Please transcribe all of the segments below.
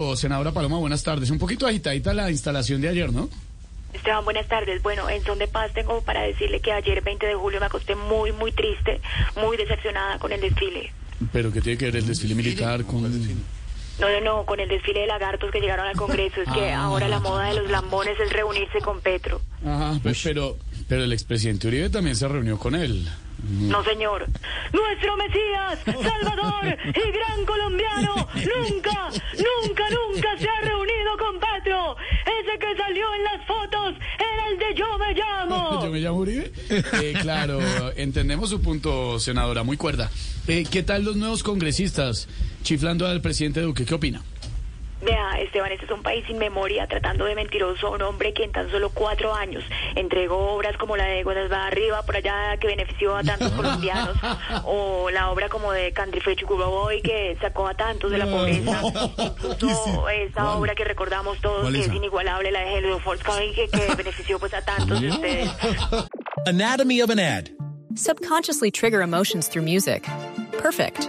Oh, Senadora Paloma, buenas tardes. Un poquito agitadita la instalación de ayer, ¿no? Esteban, buenas tardes. Bueno, en son de paz tengo para decirle que ayer 20 de julio me acosté muy, muy triste, muy decepcionada con el desfile. Pero ¿qué tiene que ver el desfile militar con... No, no, no, con el desfile de lagartos que llegaron al Congreso. Es que ahora la moda de los lambones es reunirse con Petro. Ajá, pues, pero, pero el expresidente Uribe también se reunió con él. No, señor. Nuestro Mesías, Salvador y gran colombiano, nunca, nunca, nunca se ha reunido con Petro. Ese que salió en las fotos era el de Yo me Yo llamo. me llamo Uribe. Eh, claro, entendemos su punto, senadora, muy cuerda. Eh, ¿Qué tal los nuevos congresistas chiflando al presidente Duque? ¿Qué opina? Vea, Esteban, este es un país sin memoria, tratando de mentiroso a un hombre que en tan solo cuatro años entregó obras como la de Gotas va arriba, por allá, que benefició a tantos colombianos, o la obra como de Cantrifecho Cubaboy, que sacó a tantos de la pobreza. Incluso esa obra que recordamos todos, que es inigualable, la de Helio Ford Cabin, que, que benefició pues a tantos de ustedes. Anatomy of an ad. Subconsciously trigger emotions through music. Perfect.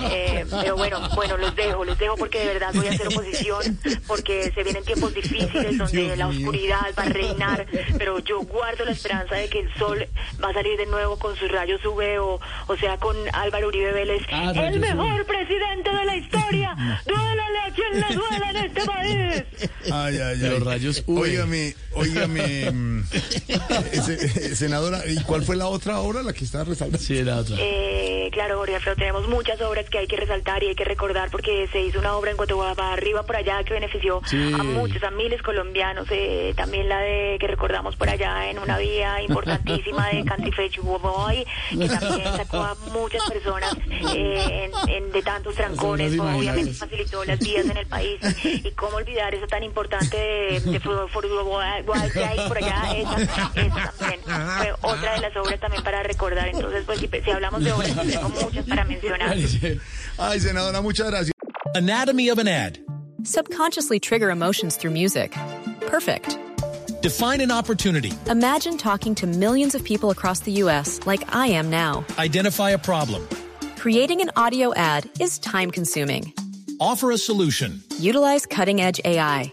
Eh, pero bueno, bueno, los dejo, los dejo porque de verdad voy a hacer oposición, porque se vienen tiempos difíciles donde la oscuridad va a reinar, pero yo guardo la esperanza de que el sol va a salir de nuevo con sus rayos UV o, o sea, con Álvaro Uribe Vélez, Ah, rayos el UV. mejor presidente de la historia, duélale a quien le duela en este país. Ay, ay, ay. Los rayos UV. Óigame, óigame, mm, eh, se- eh, senadora, ¿y cuál fue la otra obra la que estaba resaltando? Sí, la otra. Eh, claro, Jorge Alfredo, tenemos muchas obras que hay que resaltar y hay que recordar porque se hizo una obra en Cotoguaba arriba por allá que benefició Sí. a muchos, a miles colombianos. eh, también la de que recordamos por allá en una vía importantísima de Cantifecho Boy, que también sacó a muchas personas eh, en- en- de tantos trancones. Personas Obviamente imaginarias. facilitó las vías en el país. Y cómo olvidar eso tan importante de, de Fru- Fru- Boy, que hay por allá. Esa, esa también fue otra de las obras también para recordar. Entonces, pues si, si hablamos de obras, tengo muchas para mencionar. Parece- Ay, senadora, muchas gracias. Anatomy of an ad. Subconsciously trigger emotions through music. Perfect. Define an opportunity. Imagine talking to millions of people across the U.S. like I am now. Identify a problem. Creating an audio ad is time consuming. Offer a solution. Utilize cutting edge AI.